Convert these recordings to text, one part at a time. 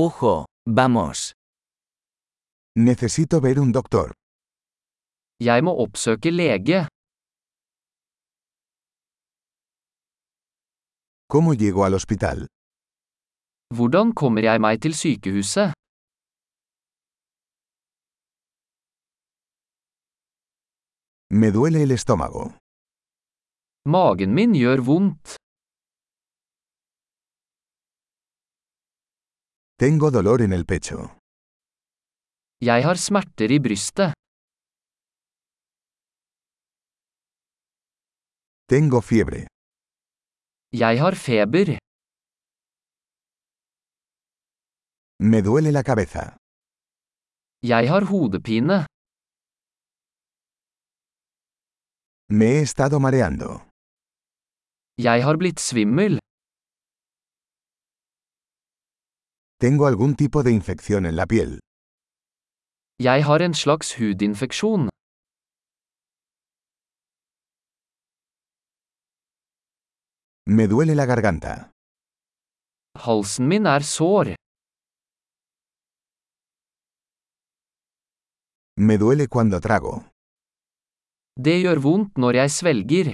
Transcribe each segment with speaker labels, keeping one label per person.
Speaker 1: Ojo, vamos.
Speaker 2: Necesito ver un doctor.
Speaker 3: Jeg må oppsøke lege.
Speaker 2: ¿Cómo llego al hospital?
Speaker 3: Hvordan kommer jeg meg til sykehuset?
Speaker 2: Me duele el estómago.
Speaker 3: Magen min gjør vondt.
Speaker 2: Tengo dolor en el pecho.
Speaker 3: Jeg har smerter i brystet.
Speaker 2: Tengo fiebre.
Speaker 3: Jeg har feber.
Speaker 2: Me duele la cabeza.
Speaker 3: Jeg har hodepine.
Speaker 2: Me he estado mareando.
Speaker 3: Jeg har blitt svimmel.
Speaker 2: Tengo algún tipo de infección en la piel.
Speaker 3: Jeg har en slags hudinfeksjon.
Speaker 2: Me duele la garganta.
Speaker 3: Halsen min er sår.
Speaker 2: Me duele cuando trago.
Speaker 3: Det gjør vondt når jeg svelger.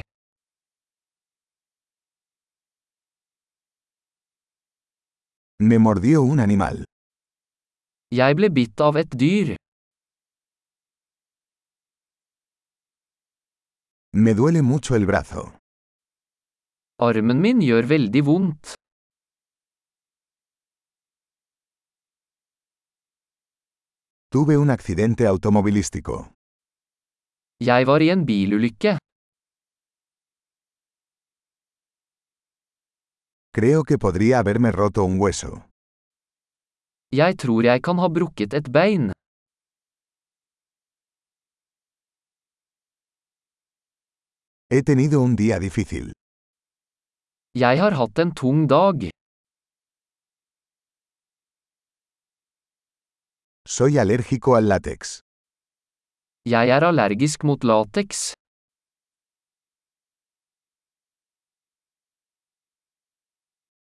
Speaker 2: Me mordió un animal.
Speaker 3: Jeg ble bitt av et dyr.
Speaker 2: Me duele mucho el brazo.
Speaker 3: Armen min gjør veldig vondt.
Speaker 2: Tuve un accidente automovilístico.
Speaker 3: Jeg var i en bilulykke.
Speaker 2: Creo que podría haberme roto un hueso.
Speaker 3: Jeg tror jeg kan ha brukket et bein.
Speaker 2: He tenido un día difícil.
Speaker 3: Jeg har hatt en tung dag.
Speaker 2: Soy alérgico al látex.
Speaker 3: Jeg er allergisk mot lateks.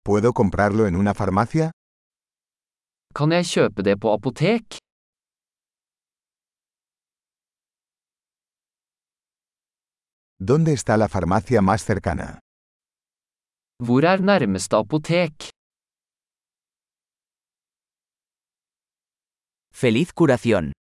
Speaker 2: ¿Puedo comprarlo en una farmacia?
Speaker 3: Kan jeg kjøpe det på apotek?
Speaker 2: ¿Dónde está la farmacia más cercana?
Speaker 3: Hvor er nærmeste apotek?
Speaker 1: Feliz curación.